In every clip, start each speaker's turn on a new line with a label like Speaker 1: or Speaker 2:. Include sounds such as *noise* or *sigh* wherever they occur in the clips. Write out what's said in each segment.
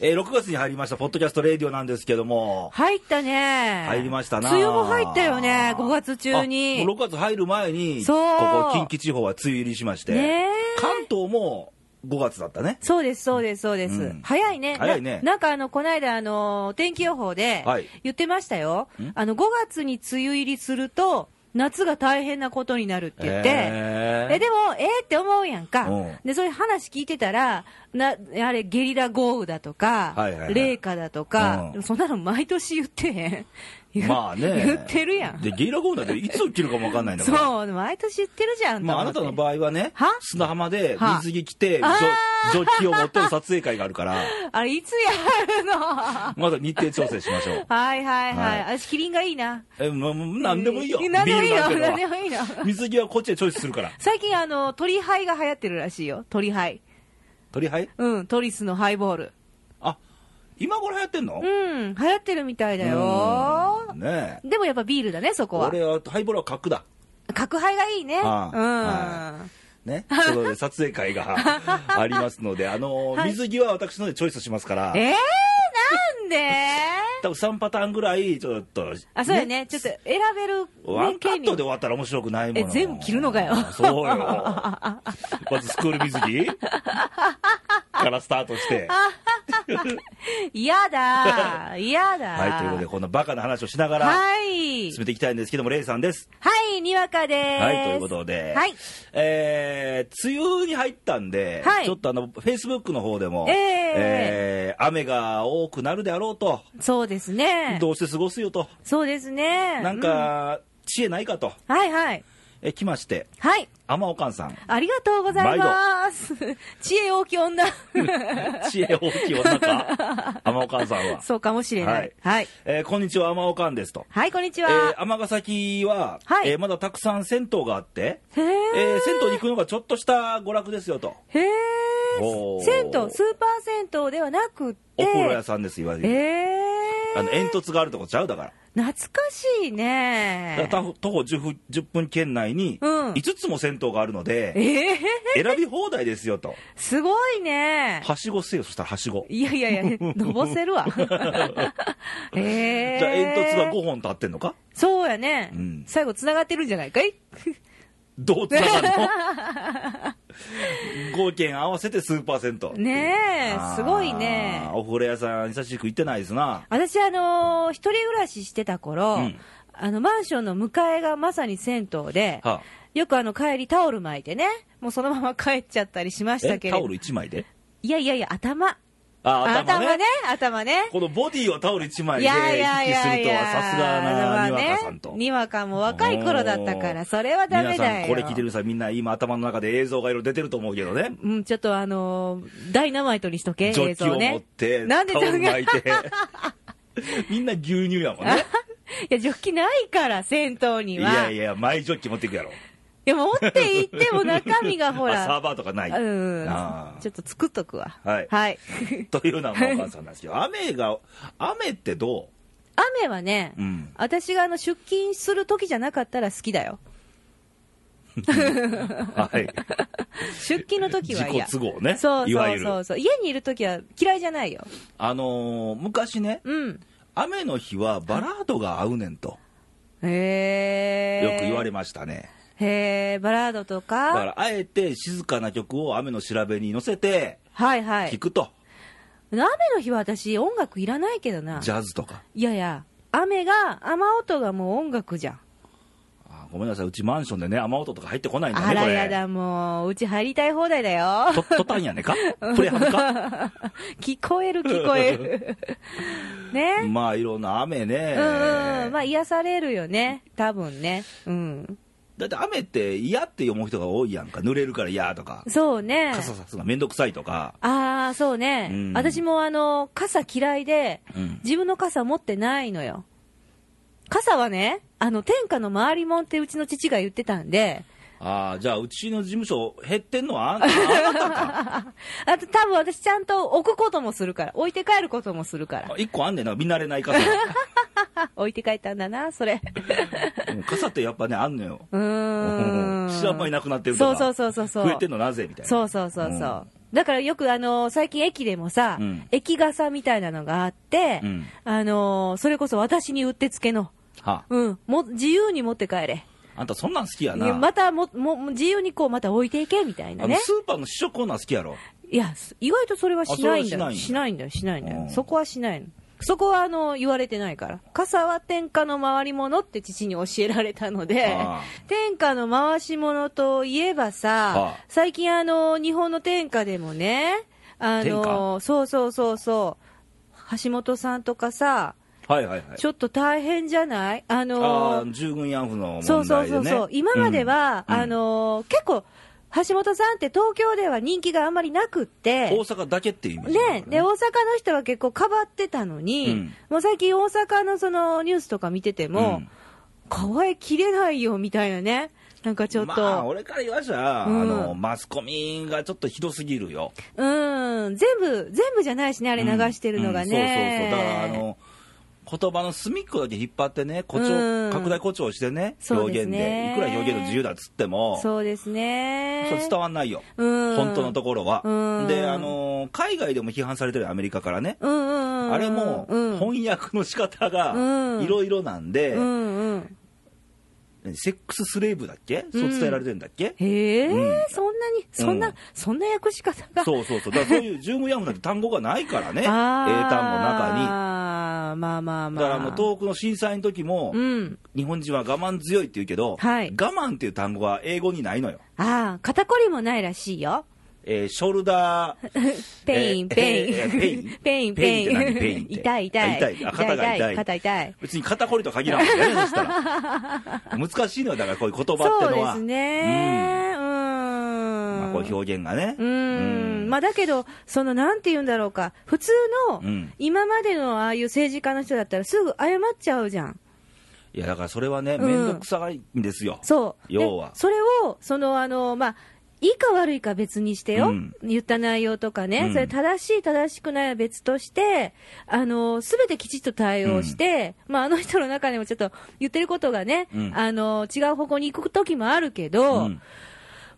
Speaker 1: えー6月に入りました、ポッドキャストレディオなんですけども、
Speaker 2: 入ったね。
Speaker 1: 入りましたな。
Speaker 2: 梅雨も入ったよね、5月中に
Speaker 1: あ。もう6月入る前に、こ
Speaker 2: そう
Speaker 1: こ、近畿地方は梅雨入りしまして、
Speaker 2: ねえ
Speaker 1: 関東も5月だったね。
Speaker 2: そうです、そうです、そうです。
Speaker 1: うん
Speaker 2: 早いね。
Speaker 1: 早いね
Speaker 2: ななんかあの、この間、あの、お天気予報で
Speaker 1: はい、
Speaker 2: 言ってましたよ。
Speaker 1: ん
Speaker 2: あの、5月に梅雨入りすると、夏が大変なことになるって言って、
Speaker 1: えー
Speaker 2: えでも、えーって思うやんか
Speaker 1: うん、
Speaker 2: でそういう話聞いてたら、なあれ、ゲリラ豪雨だとか、
Speaker 1: はいはいはい
Speaker 2: 冷夏だとか、
Speaker 1: うん
Speaker 2: そんなの毎年言ってへん、言う
Speaker 1: まあね。
Speaker 2: *laughs* 言ってるやん、
Speaker 1: で、ゲリラ豪雨なんていつ起きるかもわかんないんだから。
Speaker 2: そう、毎年言ってるじゃん、
Speaker 1: まあ、あな
Speaker 2: と
Speaker 1: た
Speaker 2: 思っ
Speaker 1: の場
Speaker 2: て
Speaker 1: 合はね
Speaker 2: は、
Speaker 1: 砂浜で
Speaker 2: は
Speaker 1: 水着着て、ジョ
Speaker 2: あ
Speaker 1: ジョッキを持ってる撮影会があるから、
Speaker 2: あれ、いつ
Speaker 1: *laughs*
Speaker 2: やるのは
Speaker 1: まだ日程調整しましょう。
Speaker 2: いはいはい、
Speaker 1: は
Speaker 2: 私、キリンがいいな、
Speaker 1: え、ま、まなんでもいいよ。
Speaker 2: え *laughs* なんでもいいよ、
Speaker 1: ビールな
Speaker 2: なんん
Speaker 1: て
Speaker 2: で
Speaker 1: のは
Speaker 2: もいいの、
Speaker 1: 水着はこっちでチョイスするから。
Speaker 2: 最近、あの鳥ハイが流行ってるらしいよ、鳥ハイ、
Speaker 1: 鳥杯
Speaker 2: うん、トリスのハイボール、
Speaker 1: あ、今頃流行ってんの
Speaker 2: うん、流行ってるみたいだよ
Speaker 1: うーん。ねえ。
Speaker 2: でもやっぱビールだね、そこは。
Speaker 1: 俺は、ハイボールは角だ。
Speaker 2: 角配がいいね。
Speaker 1: ああ
Speaker 2: うん。
Speaker 1: ね。ということで、撮影会
Speaker 2: *laughs*
Speaker 1: がありますので、あの、
Speaker 2: はい
Speaker 1: 水着は私のでチョイスしますから、
Speaker 2: えー、なんで
Speaker 1: 多分3パターンぐらい、ちょっと、
Speaker 2: あ、そうやね。ちょっと選べる
Speaker 1: ワンカッ
Speaker 2: 権利
Speaker 1: トで終わったら面白くないもの
Speaker 2: え全部着るのかよ
Speaker 1: そう
Speaker 2: *laughs*
Speaker 1: よまずスクール水着からスタートして
Speaker 2: 嫌だ。嫌だ。
Speaker 1: はいということでこんなバカな話をしながら
Speaker 2: はい。
Speaker 1: 進めていきたいんですけどもレイさんです
Speaker 2: はい、にわかです。
Speaker 1: はいということで、
Speaker 2: はい。
Speaker 1: えー梅雨に入ったんで、
Speaker 2: はい
Speaker 1: ちょっとあのフェイスブックの方でも、
Speaker 2: えー
Speaker 1: えー雨が多くなるであろうと
Speaker 2: そうですね。
Speaker 1: どうして過ごすよと
Speaker 2: そうですね。
Speaker 1: なんか、知恵ないかと
Speaker 2: うん、はいはい。
Speaker 1: え来まして
Speaker 2: はい。
Speaker 1: 天おかんさ *laughs* ん
Speaker 2: ありがとうございます。知恵大きい女。
Speaker 1: 知恵大きい女か天おかんさんは
Speaker 2: *laughs* そうかもしれない。はい。
Speaker 1: えーこんにちは、天岡んですと。
Speaker 2: はい、こんにち
Speaker 1: え
Speaker 2: は。
Speaker 1: ー、尼崎は、
Speaker 2: はい
Speaker 1: えーまだたくさん銭湯があって、
Speaker 2: へー
Speaker 1: えー銭湯に行くのがちょっとした娯楽ですよと。
Speaker 2: へえ
Speaker 1: おー
Speaker 2: 銭湯スーパー銭湯ではなくって
Speaker 1: お風呂屋さんです、いわゆ
Speaker 2: え
Speaker 1: る。
Speaker 2: え
Speaker 1: あの、煙突があるとこちゃうだから。
Speaker 2: 懐かしいね
Speaker 1: だから徒歩10分 ,10 分圏内に、
Speaker 2: うん
Speaker 1: 5つも銭湯があるので、
Speaker 2: ええ
Speaker 1: 選び放題ですよと。
Speaker 2: すごいね
Speaker 1: はしごせよ、そしたらはしご。
Speaker 2: いやいや
Speaker 1: *laughs*
Speaker 2: いやのぼせるわええ
Speaker 1: じゃあ煙突が5本立ってんのか
Speaker 2: そうやね、
Speaker 1: うん
Speaker 2: 最後つながってるんじゃないかい
Speaker 1: どうつながる
Speaker 2: *laughs*
Speaker 1: の ?5 軒合わせてスーパー銭湯。
Speaker 2: ねえ
Speaker 1: あー
Speaker 2: すごいね
Speaker 1: お風呂屋さん久しく行ってないですな。
Speaker 2: 私あのー一人暮らししてた頃、
Speaker 1: うん
Speaker 2: あのマンションの向かいがまさに銭湯で、
Speaker 1: はあ
Speaker 2: よくあの帰りタオル巻いてね、もうそのまま帰っちゃったりしました
Speaker 1: え
Speaker 2: けれ
Speaker 1: タ
Speaker 2: ど
Speaker 1: オル。1枚で
Speaker 2: いやいやいや、頭。
Speaker 1: あ
Speaker 2: 頭ね、頭ね。
Speaker 1: このボディをタオル1枚
Speaker 2: い
Speaker 1: で行
Speaker 2: やいやい
Speaker 1: き来す
Speaker 2: や
Speaker 1: る
Speaker 2: い
Speaker 1: と
Speaker 2: や
Speaker 1: は、さすがなにわかさんと
Speaker 2: ね、にわかも若い頃だったから、それはダメだ
Speaker 1: 皆さ
Speaker 2: よ。
Speaker 1: んこれ聞いてるさみんな今頭の中で映像がいろいろ出てると思うけどね
Speaker 2: うん、ちょっとあのーダイナマイトにしとけ、
Speaker 1: ジョ
Speaker 2: 映
Speaker 1: ッキを
Speaker 2: 像
Speaker 1: 持っ
Speaker 2: ね。
Speaker 1: て、
Speaker 2: なんで
Speaker 1: タオル巻い
Speaker 2: い
Speaker 1: て *laughs* みんな牛乳やもんね
Speaker 2: や、ジョッキないから、銭湯
Speaker 1: い
Speaker 2: には。
Speaker 1: やいやマイジョッキ持っていくやろ
Speaker 2: いや持って行っても中身が
Speaker 1: *laughs*
Speaker 2: ほ
Speaker 1: あサー
Speaker 2: ら。
Speaker 1: バーとかない
Speaker 2: うん
Speaker 1: あ。ー
Speaker 2: ちょっと作っとくわ。
Speaker 1: はい
Speaker 2: はい。
Speaker 1: というのはお母さんなんですけど雨が雨ってど
Speaker 2: 雨はね、
Speaker 1: う、うん、
Speaker 2: 私があの出勤する時じゃなかったら好きだよ。
Speaker 1: はい
Speaker 2: 出勤の時は
Speaker 1: 自
Speaker 2: 嫌。
Speaker 1: 己都合ね
Speaker 2: そう
Speaker 1: いわ
Speaker 2: そ
Speaker 1: ゆ
Speaker 2: う
Speaker 1: る
Speaker 2: そうそう。家にいる時は嫌いじゃないよ。
Speaker 1: あのー昔ね
Speaker 2: うん。
Speaker 1: 雨の日はバラードが合うねんと
Speaker 2: へえ。
Speaker 1: よく言われましたね、
Speaker 2: へえ、バラードと
Speaker 1: だ
Speaker 2: か。
Speaker 1: からあえて静かな曲を雨の調べに乗せて
Speaker 2: はいは
Speaker 1: 聴
Speaker 2: い。
Speaker 1: くと、
Speaker 2: 雨の日は私、音楽いらないけどな。
Speaker 1: ジャズとか
Speaker 2: いやいや、雨が、雨音がもう音楽じゃん。
Speaker 1: あごめんなさいうちマンションでね雨音とか入ってこないんだ
Speaker 2: あ
Speaker 1: ね
Speaker 2: ら
Speaker 1: こ
Speaker 2: や
Speaker 1: れ
Speaker 2: だ、もう、うち入りたい放題だよ。
Speaker 1: とトタンや
Speaker 2: *laughs*
Speaker 1: ねかプレハブか
Speaker 2: 聞
Speaker 1: *laughs*
Speaker 2: こえる、聞こえる。ね。
Speaker 1: まあいろんな雨ね、
Speaker 2: うんうん。まあ、癒されるよね。多分ね。うん。
Speaker 1: だって雨って嫌って思う人が多いやんか濡れるから嫌とか
Speaker 2: そうね。
Speaker 1: 傘さすのめんどくさいとか、
Speaker 2: ああ、そうね、
Speaker 1: うん
Speaker 2: 私もあの、傘嫌いで、
Speaker 1: うん
Speaker 2: 自分の傘持ってないのよ。傘はね、あの、天下の回りもんってうちの父が言ってたんで、
Speaker 1: ああじゃあうちの事務所減ってんのはあ
Speaker 2: *laughs*
Speaker 1: んあなたか
Speaker 2: あと多分私ちゃんと置くこともするから、置いて帰ることもするから。
Speaker 1: 1個あんねんな見慣れない傘
Speaker 2: あ、置いて帰ったんだ
Speaker 1: *laughs*
Speaker 2: な、それ。
Speaker 1: うん傘ってやっぱねあんのよ
Speaker 2: うー
Speaker 1: *laughs*
Speaker 2: ん。
Speaker 1: 知らんまいなくなってると
Speaker 2: そ
Speaker 1: か
Speaker 2: うそうそうそうそう。
Speaker 1: 増えてんのなぜみたいな
Speaker 2: そうそうそうそう。だからよくあの、最近駅でもさ、
Speaker 1: うん
Speaker 2: 駅傘みたいなのがあって、
Speaker 1: うん
Speaker 2: あの、それこそ私にうってつけの、
Speaker 1: はあ、
Speaker 2: うん、も、自由に持って帰れ。
Speaker 1: あんたそんなん好きやな。
Speaker 2: またも、も、自由にこう、また置いていけ、みたいな
Speaker 1: あの
Speaker 2: ね。
Speaker 1: スーパーの試食コーナー好きやろ。
Speaker 2: いや、す意外とそれはしないんだよ。
Speaker 1: あそれは
Speaker 2: し
Speaker 1: し
Speaker 2: ないんだよ、しないんだ
Speaker 1: う
Speaker 2: よ。
Speaker 1: ん
Speaker 2: そこはしないの。そこはあの、言われてないから。傘は天下の回り物って父に教えられたので
Speaker 1: ああ、
Speaker 2: 天下の回し物といえばさ
Speaker 1: ああ、
Speaker 2: 最近あの、日本の天下でもね、あの、そうそうそうそう、橋本さんとかさ、
Speaker 1: はいはいはい。
Speaker 2: ちょっと大変じゃないあ
Speaker 1: あ
Speaker 2: の
Speaker 1: あ、、従軍慰安婦の問題でね。
Speaker 2: そうそうそうそう、今までは、
Speaker 1: うん
Speaker 2: あのー結構、橋本さんって東京では人気があんまりなくっ
Speaker 1: 大
Speaker 2: て。
Speaker 1: 阪だけっていう意味
Speaker 2: ね、で大阪の人は結構かばってたのに、
Speaker 1: うん
Speaker 2: もう最近、大阪のそのニュースとか見てても、
Speaker 1: うん
Speaker 2: 乾いきれないよみたいなね、なんかちょっと、
Speaker 1: まあ、俺から言わしゃ、
Speaker 2: うん
Speaker 1: あの、マスコミがちょっとひどすぎるよ。
Speaker 2: うん、全部、全部じゃないしね、あれ流してるのが
Speaker 1: うん
Speaker 2: ね、
Speaker 1: うんそうそうそう。だから、あの、言葉の隅っこだけ引っ張ってね、誇
Speaker 2: うん
Speaker 1: 張、拡大誇張してね、
Speaker 2: そう
Speaker 1: 表
Speaker 2: です
Speaker 1: 現
Speaker 2: ね
Speaker 1: で。いくら表現の自由だっつっても、そ
Speaker 2: そうですね、
Speaker 1: れ伝わんないよ。
Speaker 2: うん
Speaker 1: 本当のところは
Speaker 2: うん。
Speaker 1: で、あの、海外でも批判されてるアメリカからね。
Speaker 2: うんうんうん、
Speaker 1: あれも
Speaker 2: うん、
Speaker 1: 翻訳の仕方
Speaker 2: う
Speaker 1: が
Speaker 2: ん
Speaker 1: いろいろなんで
Speaker 2: う、んうん、
Speaker 1: セックススレイブだっけそう伝えられてるんだっけ
Speaker 2: へえ、
Speaker 1: うん
Speaker 2: そんなに、そんな、
Speaker 1: うん
Speaker 2: そんな訳し方が。
Speaker 1: そうそうそう。だからそう
Speaker 2: *laughs*
Speaker 1: いう十文やむなんて単語がないからね。英単語
Speaker 2: あー
Speaker 1: の中
Speaker 2: まあまあまあ。
Speaker 1: に。だからもう東北の震災の時も、
Speaker 2: うん。
Speaker 1: 日本人は我慢強いって言うけど、
Speaker 2: はい
Speaker 1: 我慢っていう単語は英語にないのよ。
Speaker 2: ああ、肩こりもないらしいよ。
Speaker 1: えーショルダ
Speaker 2: *laughs*
Speaker 1: ー、
Speaker 2: ペイン、
Speaker 1: え
Speaker 2: ペイ
Speaker 1: え
Speaker 2: ン。
Speaker 1: ーペイン
Speaker 2: *laughs* ペイン、
Speaker 1: ペインって何
Speaker 2: ペ
Speaker 1: ペ
Speaker 2: イ
Speaker 1: イ
Speaker 2: ン
Speaker 1: ンって
Speaker 2: 痛い、痛い。
Speaker 1: あ痛いあ肩が痛い
Speaker 2: 肩痛い。
Speaker 1: 別に肩こりとは限らんもんね、そしたら。
Speaker 2: *laughs*
Speaker 1: 難しいのよ、だからこういう言葉って
Speaker 2: そう
Speaker 1: の
Speaker 2: で
Speaker 1: は。
Speaker 2: すね。うーん。
Speaker 1: まあ、こういう表現がね。
Speaker 2: うーん。
Speaker 1: あ、
Speaker 2: まあだけど、その、なんて言うんだろうか。普通の
Speaker 1: う、ん。
Speaker 2: 今までのああいう政治家の人だったらすぐ謝っちゃうじゃん。
Speaker 1: いや、だからそれはね、
Speaker 2: うん
Speaker 1: めんどくさがいんですよ。
Speaker 2: そう。で
Speaker 1: 要は
Speaker 2: それを、その、あの、まあ、いいか悪いか別にして
Speaker 1: う
Speaker 2: よ。
Speaker 1: ん
Speaker 2: 言った内容とかね。
Speaker 1: うん
Speaker 2: それ正しい正しくないは別として、あの、すべてきちっと対応して、まあ、あの人の中でもちょっと言ってることがね、
Speaker 1: うん
Speaker 2: あの、違う方向に行く時もあるけど、
Speaker 1: うん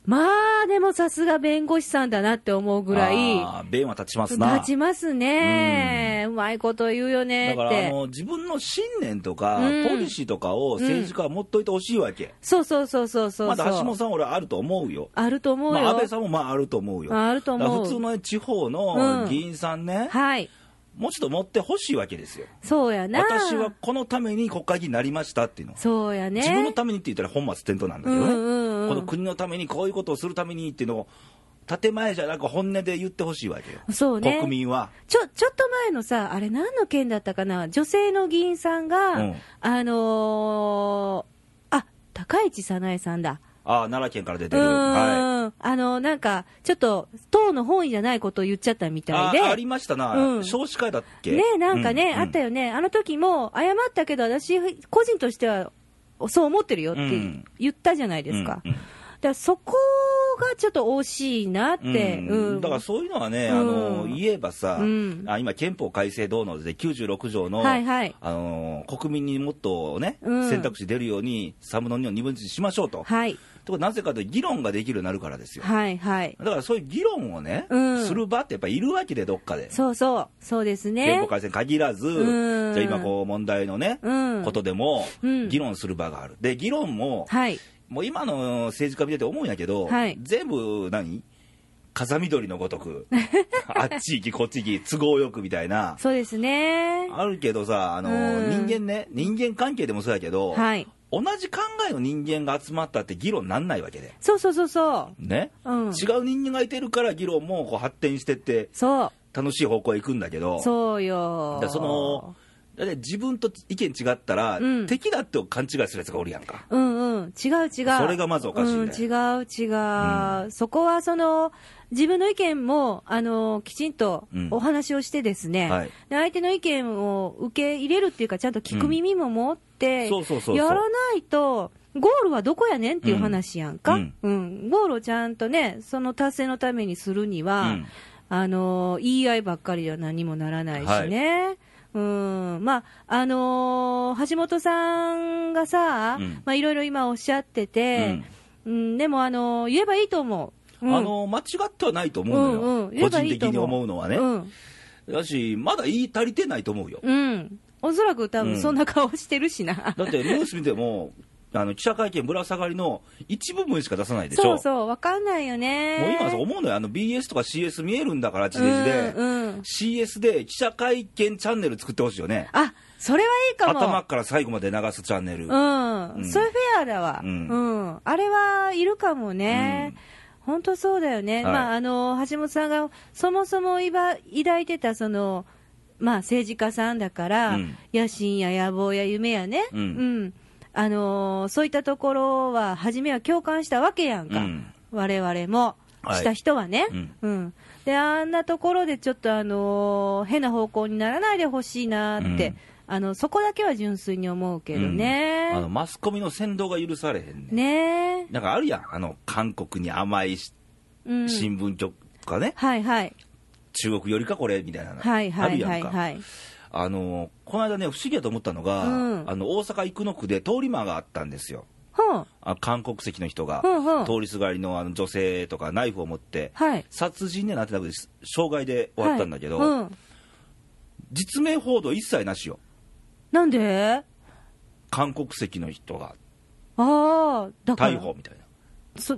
Speaker 2: まあ、でもさすが弁護士さんだなって思うぐらい、
Speaker 1: あー弁は立ちますな。
Speaker 2: 立ちますね。うまいこと言うよね
Speaker 1: だ
Speaker 2: っ
Speaker 1: からあ
Speaker 2: て。
Speaker 1: の自分の信念とか、
Speaker 2: うん
Speaker 1: ポリシーとかを政治家は持っといてほしいわけ、
Speaker 2: そうそうそうそうそう。
Speaker 1: まだ橋本さん、俺、あると思うよ、
Speaker 2: あると思う
Speaker 1: ま
Speaker 2: よ。
Speaker 1: あ、安倍さんもまああると思うよ、
Speaker 2: ああると思う
Speaker 1: だから普通の地方
Speaker 2: うん
Speaker 1: の議員さんね、
Speaker 2: はい。
Speaker 1: もうちょっと持ってほしいわけですよ、
Speaker 2: そうやな。
Speaker 1: 私はこのために国会議員になりましたっていうの、
Speaker 2: そうやね。
Speaker 1: 自分のためにって言ったら本末転倒なんだけどね、
Speaker 2: うんうんうん
Speaker 1: この国のためにこういうことをするためにっていうのを、建前じゃなく本音で言ってほしいわけよ、
Speaker 2: そうね
Speaker 1: 国民は。
Speaker 2: ちょ、ちょっと前のさ、あれ何の件だったかな女性の議員さんが、
Speaker 1: うん
Speaker 2: あのーあ、高市早苗さんだ。
Speaker 1: ああ奈良県から出
Speaker 2: う
Speaker 1: て
Speaker 2: ー
Speaker 1: る、
Speaker 2: ん、
Speaker 1: はい、
Speaker 2: あの、なんか、ちょっと、党の本意じゃないことを言っちゃったみたいで。
Speaker 1: あありましたな、
Speaker 2: うん
Speaker 1: 少子化だっけ
Speaker 2: ねなんかね、
Speaker 1: う
Speaker 2: あったよね。あの時も、謝ったけど、私、個人としては、そう思ってるよっ
Speaker 1: う
Speaker 2: て
Speaker 1: ん
Speaker 2: 言ったじゃないですか。
Speaker 1: うんうん
Speaker 2: だからそこがちょっと惜しいなって。
Speaker 1: うん
Speaker 2: うん
Speaker 1: だからそういうのはね、
Speaker 2: うん
Speaker 1: あの言えばさ、
Speaker 2: うん
Speaker 1: あ今、憲法改正どうので96条の,、
Speaker 2: はいはい
Speaker 1: あの国民にもっと、ね
Speaker 2: うん
Speaker 1: 選択肢出るように、3分の2を2分の1にしましょうと、
Speaker 2: はい。
Speaker 1: ところなぜかというと議論ができるようになるからですよ、
Speaker 2: はいはい。
Speaker 1: だからそういう議論をね、
Speaker 2: うん
Speaker 1: する場ってやっぱいるわけで、どっかで、
Speaker 2: そうそう、そうです
Speaker 1: 憲
Speaker 2: ね
Speaker 1: 法。改正に限らず、
Speaker 2: ん
Speaker 1: じゃあ今、こう問題のね、
Speaker 2: うん
Speaker 1: ことでも
Speaker 2: うん、
Speaker 1: 議論する場がある、で議論も
Speaker 2: はい。
Speaker 1: もう今の政治家見てて思うんやけど、
Speaker 2: はい
Speaker 1: 全部何風見鶏のごと
Speaker 2: *laughs*
Speaker 1: くあっち行きこっち行き都合よくみたいな
Speaker 2: そうですね。
Speaker 1: あるけどさあの
Speaker 2: うん
Speaker 1: 人間ね人間関係でもそうやけど、
Speaker 2: はい。
Speaker 1: 同じ考えの人間が集まったって議論なんないわけで
Speaker 2: そうそうそうそ
Speaker 1: ね、
Speaker 2: う。うん。
Speaker 1: 違う人間がいてるから議論もこう発展してって
Speaker 2: そ
Speaker 1: 楽しい方向へ行くんだけど
Speaker 2: う。そう
Speaker 1: だ
Speaker 2: よ
Speaker 1: か。らそのだって自分と意見違ったら、
Speaker 2: うん
Speaker 1: 敵だって勘違いするやつがおるやんか
Speaker 2: うんうん。違う違う。そ
Speaker 1: れがまずおかしいね
Speaker 2: うん、違う違う。そこはその、自分の意見も、あの、きちんと
Speaker 1: うん
Speaker 2: お話をしてですね。
Speaker 1: はい
Speaker 2: で相手の意見を受け入れるっていうか、ちゃんと聞く耳も持っ
Speaker 1: う
Speaker 2: て、
Speaker 1: んそうそうそうそう
Speaker 2: やらないと、ゴールはどこやねんっていう話やんか。う
Speaker 1: うんん。
Speaker 2: ゴールをちゃんとね、その達成のためにするには、
Speaker 1: うん
Speaker 2: あの、言い合いばっかりでは何もならないしね。うん。まあ、あのー橋本さんがさ、
Speaker 1: うん
Speaker 2: まあ、いろいろ今おっしゃってて、うん、でも、あのー言えばいいと思う。うん
Speaker 1: あの間違ってはないと思うのよ、
Speaker 2: うんうん言
Speaker 1: 個
Speaker 2: えば
Speaker 1: 人
Speaker 2: いい
Speaker 1: 的
Speaker 2: と思う
Speaker 1: に思うのはね、
Speaker 2: うん。
Speaker 1: だし、まだ言い足りてないと思うよ、
Speaker 2: うん。おそらく多
Speaker 1: うん
Speaker 2: 分そんな顔してるしな。
Speaker 1: だってニュース見ても、あの記者会見ぶら下がりの一部分しか出さないでしょ、
Speaker 2: そうそう、わかんないよね。
Speaker 1: もう今さ、思うのよ、あの BS とか CS 見えるんだから、地デジで、
Speaker 2: うんうん
Speaker 1: CS で記者会見チャンネル作ってほしいよね、
Speaker 2: あ、それはいいかも。
Speaker 1: 頭から最後まで流すチャンネル、
Speaker 2: うん、
Speaker 1: うん
Speaker 2: それフェアだわ、
Speaker 1: う
Speaker 2: うんんあれはいるかもね
Speaker 1: うん、
Speaker 2: 本当そうだよね、
Speaker 1: はい
Speaker 2: まあ、あの橋本さんがそもそもいば抱いてたその、まあ、政治家さんだから、
Speaker 1: うん
Speaker 2: 野心や野望や夢やね、
Speaker 1: うん
Speaker 2: あのーそういったところは初めは共感したわけやんか、
Speaker 1: うん
Speaker 2: 我々も。
Speaker 1: はい
Speaker 2: した人はね、
Speaker 1: うん
Speaker 2: うんであんなところでちょっと、あのー変な方向にならないでほしいなって、
Speaker 1: うん
Speaker 2: あのそこだけは純粋に思うけどね、
Speaker 1: うんあのマスコミの扇動が許されへんねん
Speaker 2: ねえ、
Speaker 1: なんかあるやん、あの韓国に甘いし
Speaker 2: うん、
Speaker 1: 新聞局とかね、
Speaker 2: はいはい
Speaker 1: 中国よりかこれみたいなの、
Speaker 2: はいは
Speaker 1: ある
Speaker 2: い
Speaker 1: や
Speaker 2: はい
Speaker 1: んか。
Speaker 2: はい
Speaker 1: あのこの間ね、不思議だと思ったのが、
Speaker 2: うん
Speaker 1: あの大阪生野区で通り魔があったんですよ、
Speaker 2: ほう
Speaker 1: あ韓国籍の人が、
Speaker 2: ほうほう
Speaker 1: 通りすがりのあの女性とかナイフを持って、
Speaker 2: はい
Speaker 1: 殺人にはなってなくて、傷害で終わったんだけど、
Speaker 2: はいうん、
Speaker 1: 実名報道一切なしよ、
Speaker 2: なんで
Speaker 1: 韓国籍の人が
Speaker 2: ああだから
Speaker 1: 逮捕みたいな、
Speaker 2: そ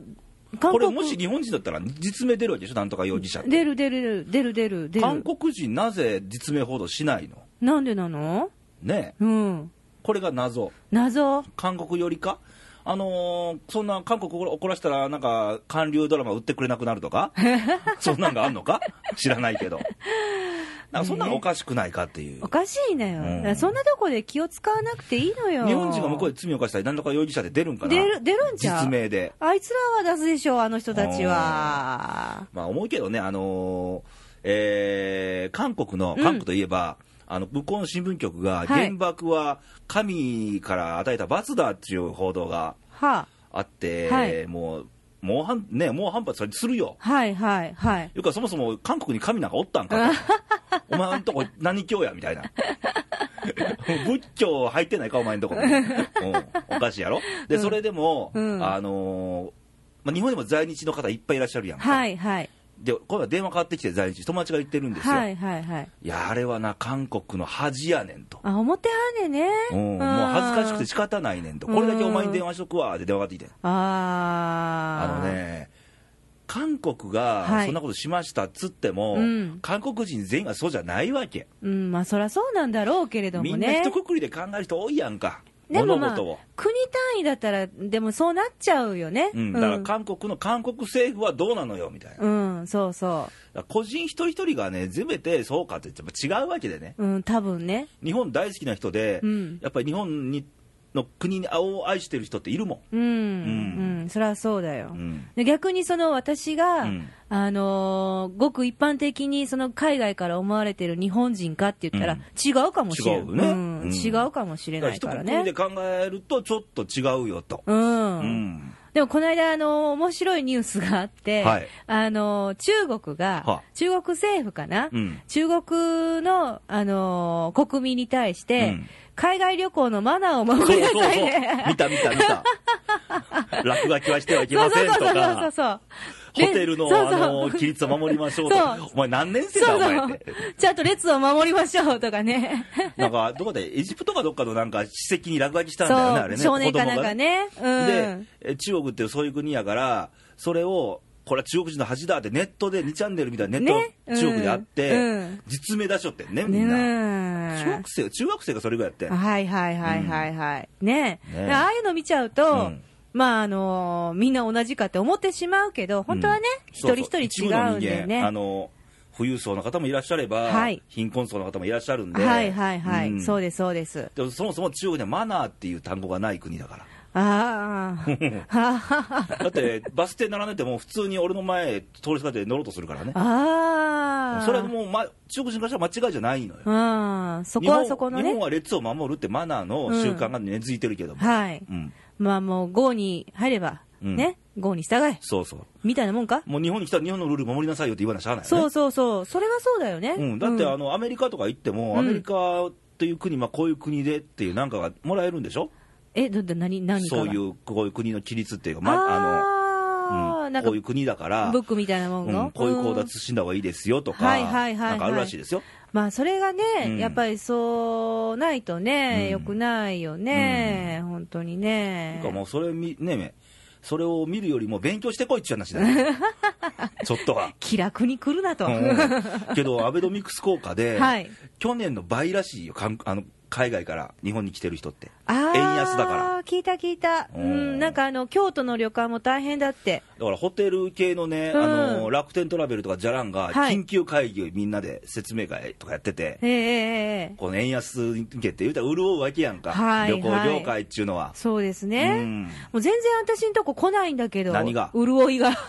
Speaker 2: 韓国
Speaker 1: これ、もし日本人だったら、実名出るわけでしょ、なんとか容疑者って
Speaker 2: 出る出る出る出る出る
Speaker 1: 韓国人、なぜ実名報道しないの
Speaker 2: なんでなの
Speaker 1: ねえ
Speaker 2: うん
Speaker 1: これが謎、
Speaker 2: 謎
Speaker 1: 韓国よりか、あのーそんな韓国を怒らせたら、なんか、韓流ドラマ売ってくれなくなると
Speaker 2: *laughs*
Speaker 1: か、そんなんがあんのか、知らないけど、なんかそんなんおかしくないかっていう
Speaker 2: お、かしいなよ、
Speaker 1: うん
Speaker 2: だからそんなとこで気を使わなくていいのよ
Speaker 1: 日本人が向こうで罪を犯したり、なんとか容疑者で出るんかな、
Speaker 2: 出る出るんちゃう
Speaker 1: 実名で。
Speaker 2: あいつらは出すでしょうあの人たちは
Speaker 1: まあ、思うけどね、あのーえー韓国の、
Speaker 2: うん
Speaker 1: 韓国といえば、あの向こうの新聞局が、
Speaker 2: はい
Speaker 1: 原爆は神から与えた罰だっていう報道が
Speaker 2: は
Speaker 1: あって、
Speaker 2: はい
Speaker 1: もう、もうはんね、もう反発されするよ。
Speaker 2: あはいはいはい
Speaker 1: よくはそもそも韓国に神なんかおったんかと
Speaker 2: *laughs*
Speaker 1: お前んとこ何教やみたいな仏教入ってないかお前んとこ、うんおかしいやろで、
Speaker 2: うん
Speaker 1: それでも、
Speaker 2: うん
Speaker 1: あのーまあ、日本でも在日の方いっぱいいらっしゃるやんか、
Speaker 2: はいはい
Speaker 1: で今度は電話かかってきて在日友達が言ってるんですよ、、
Speaker 2: はいいはいはい
Speaker 1: やあれはな韓国の恥やねんと、
Speaker 2: あ、表はんねね。
Speaker 1: うん、もう恥ずかしくて仕方ないねんとこれだけお前に電話しとくわって電話かかってきてあ
Speaker 2: あー
Speaker 1: のね、韓国
Speaker 2: は
Speaker 1: が
Speaker 2: い
Speaker 1: そんなことしましたっつっても、
Speaker 2: うん
Speaker 1: 韓国人全員がそうじゃないわけ、
Speaker 2: うん、まあそりゃそうなんだろうけれど
Speaker 1: み
Speaker 2: も
Speaker 1: んな
Speaker 2: ね
Speaker 1: 一。括りで考える人多いやんか、
Speaker 2: でも
Speaker 1: 物
Speaker 2: まあ
Speaker 1: 事を、、
Speaker 2: 国単位だったら、でもそうなっちゃうよね。
Speaker 1: うん。だから韓国の韓国政府はどうなのよみたいな、だか
Speaker 2: うん、そうそ
Speaker 1: ら個人一人一人がね、全てそうかって言っても違うわけでね、
Speaker 2: う。うん、多分ね。
Speaker 1: 日本大好きな人で、
Speaker 2: うん
Speaker 1: やっぱり日本にの国にを愛してる人っているも
Speaker 2: うん、
Speaker 1: ん
Speaker 2: うん、そりゃそうだよ
Speaker 1: ん。。うん
Speaker 2: で逆にその私が、
Speaker 1: うん
Speaker 2: あのーごく一般的にその海外から思われてる日本人かって言ったら、
Speaker 1: うん
Speaker 2: 違うかもしれない、
Speaker 1: 違うね
Speaker 2: ん
Speaker 1: うん
Speaker 2: 違うかもしれ
Speaker 1: だから
Speaker 2: ない
Speaker 1: 一
Speaker 2: か
Speaker 1: 括
Speaker 2: ら
Speaker 1: りで
Speaker 2: ね。
Speaker 1: 考えるとちょっと違うよと、
Speaker 2: うん、
Speaker 1: うん
Speaker 2: でもこの間、あの、面白いニュースがあって、
Speaker 1: はい
Speaker 2: あの、中国が、
Speaker 1: はあ
Speaker 2: 中国政府かな、
Speaker 1: うん
Speaker 2: 中国の、あの、国民に対して、
Speaker 1: うん
Speaker 2: 海外旅行のマナーを
Speaker 1: そうそうそう
Speaker 2: 守りなさいね。。
Speaker 1: 見た見た見た。落書きはしてはいけませんと
Speaker 2: *laughs* そうそうそうそう
Speaker 1: か、
Speaker 2: そう。
Speaker 1: ホテルの
Speaker 2: でそう
Speaker 1: あ
Speaker 2: そう
Speaker 1: の、規律を守りましょうと
Speaker 2: そ
Speaker 1: か
Speaker 2: う、
Speaker 1: お前何年生だ
Speaker 2: そ
Speaker 1: お
Speaker 2: うそ
Speaker 1: 前っ
Speaker 2: う
Speaker 1: て。。
Speaker 2: ちゃんと列を守りましょうとかね。
Speaker 1: なんか、どこで、エジプトかどっかのなんか史跡に落書きしたんだよね、あ
Speaker 2: そ
Speaker 1: れ
Speaker 2: う、
Speaker 1: ね。
Speaker 2: 少年かな
Speaker 1: 子
Speaker 2: ん
Speaker 1: 供が
Speaker 2: か。ね。うん。
Speaker 1: で、え中国ってそういう国やから、それを、これは中国人の恥だってネットで2チャンネルみたいなネッ
Speaker 2: ね
Speaker 1: ト中国であっ
Speaker 2: うんう
Speaker 1: て
Speaker 2: ん、
Speaker 1: 実名出しよってんね、み
Speaker 2: ね
Speaker 1: んな。
Speaker 2: え
Speaker 1: 小学生、中学生がそれぐらいやってん。
Speaker 2: はいはいはいはいはい。ね
Speaker 1: ね
Speaker 2: え
Speaker 1: え
Speaker 2: ああいうの見ちゃうと、
Speaker 1: うん
Speaker 2: まああのーみんな同じかって思ってしまうけど、本当はね、一人一人違うん
Speaker 1: で
Speaker 2: で
Speaker 1: あ
Speaker 2: ね。
Speaker 1: の富裕層の方もいらっしゃれば、
Speaker 2: はい
Speaker 1: 貧困層の方もいらっしゃるんで、
Speaker 2: はいはいはい、
Speaker 1: うん
Speaker 2: そうですそうです。
Speaker 1: でもそもそも中国にはマナーっていう単語がない国だか
Speaker 2: *laughs* あ
Speaker 1: *laughs*
Speaker 2: あ、あ
Speaker 1: ら、だってバス停並んでても、普通に俺の前、通りすがって乗ろうとするからね、
Speaker 2: あ、
Speaker 1: それはもう、ま、中国人からしたら間違いじゃないのよ、
Speaker 2: うん、そこはそこの
Speaker 1: 日本日本
Speaker 2: ね、
Speaker 1: は列を守るってマナーの習慣が根付いてるけども、
Speaker 2: はい、
Speaker 1: うん
Speaker 2: まあもう、郷に入れば、
Speaker 1: うん
Speaker 2: ね、郷に従え、
Speaker 1: そうそう、
Speaker 2: みたいなもんか、
Speaker 1: もう日本に来たら日本のルール守りなさいよって言わなしゃあないよね。
Speaker 2: そうそうそう、それはそうだよね。
Speaker 1: うん、だって
Speaker 2: うん
Speaker 1: あのアメリカとか行っても、
Speaker 2: うん
Speaker 1: アメリカという国、まあ、こういう国でっていうなんかがもらえるんでしょ、
Speaker 2: え、ど、ど、何、何か、
Speaker 1: そういううこういう国の規律っていうか、
Speaker 2: あ
Speaker 1: まあ、あの
Speaker 2: あ
Speaker 1: う
Speaker 2: あ、
Speaker 1: ん
Speaker 2: なんか
Speaker 1: こういう国だから、
Speaker 2: ブックみたいなもん
Speaker 1: う
Speaker 2: が、
Speaker 1: んこういう行
Speaker 2: うん
Speaker 1: 動慎んだ方がいいですよとか、
Speaker 2: はいはいはいはい
Speaker 1: なんかあるらしいですよ。
Speaker 2: まあそれがね、
Speaker 1: うん
Speaker 2: やっぱりそうないとね、
Speaker 1: うん
Speaker 2: 良くないよね、本当にね
Speaker 1: なんかもうそれみ、ね、それを見るよりも勉強してこいっていう話だね
Speaker 2: *laughs*
Speaker 1: ちょっとは。
Speaker 2: 気楽に来るなと、
Speaker 1: うんけど、アベノミクス効果で、
Speaker 2: *laughs* はい
Speaker 1: 去年の倍らしいよ、韓あの海外から日本に来てる人って。
Speaker 2: あー
Speaker 1: 円安だから
Speaker 2: 聞いた聞いた、う
Speaker 1: うん
Speaker 2: ん、なんかあの京都の旅館も大変だって、
Speaker 1: だからホテル系のね、
Speaker 2: うん
Speaker 1: あの楽天トラベルとかじゃらんが、
Speaker 2: はい
Speaker 1: 緊急会議をみんなで説明会とかやってて、
Speaker 2: ええええええ
Speaker 1: この円安に向けて、言うたら潤うわけやんか、
Speaker 2: はい
Speaker 1: 旅行業界っていうのは。
Speaker 2: そうです
Speaker 1: う
Speaker 2: ね、
Speaker 1: ん、
Speaker 2: もう全然私んとこ来ないんだけど、
Speaker 1: 何が *laughs*
Speaker 2: 潤いが
Speaker 1: あんた、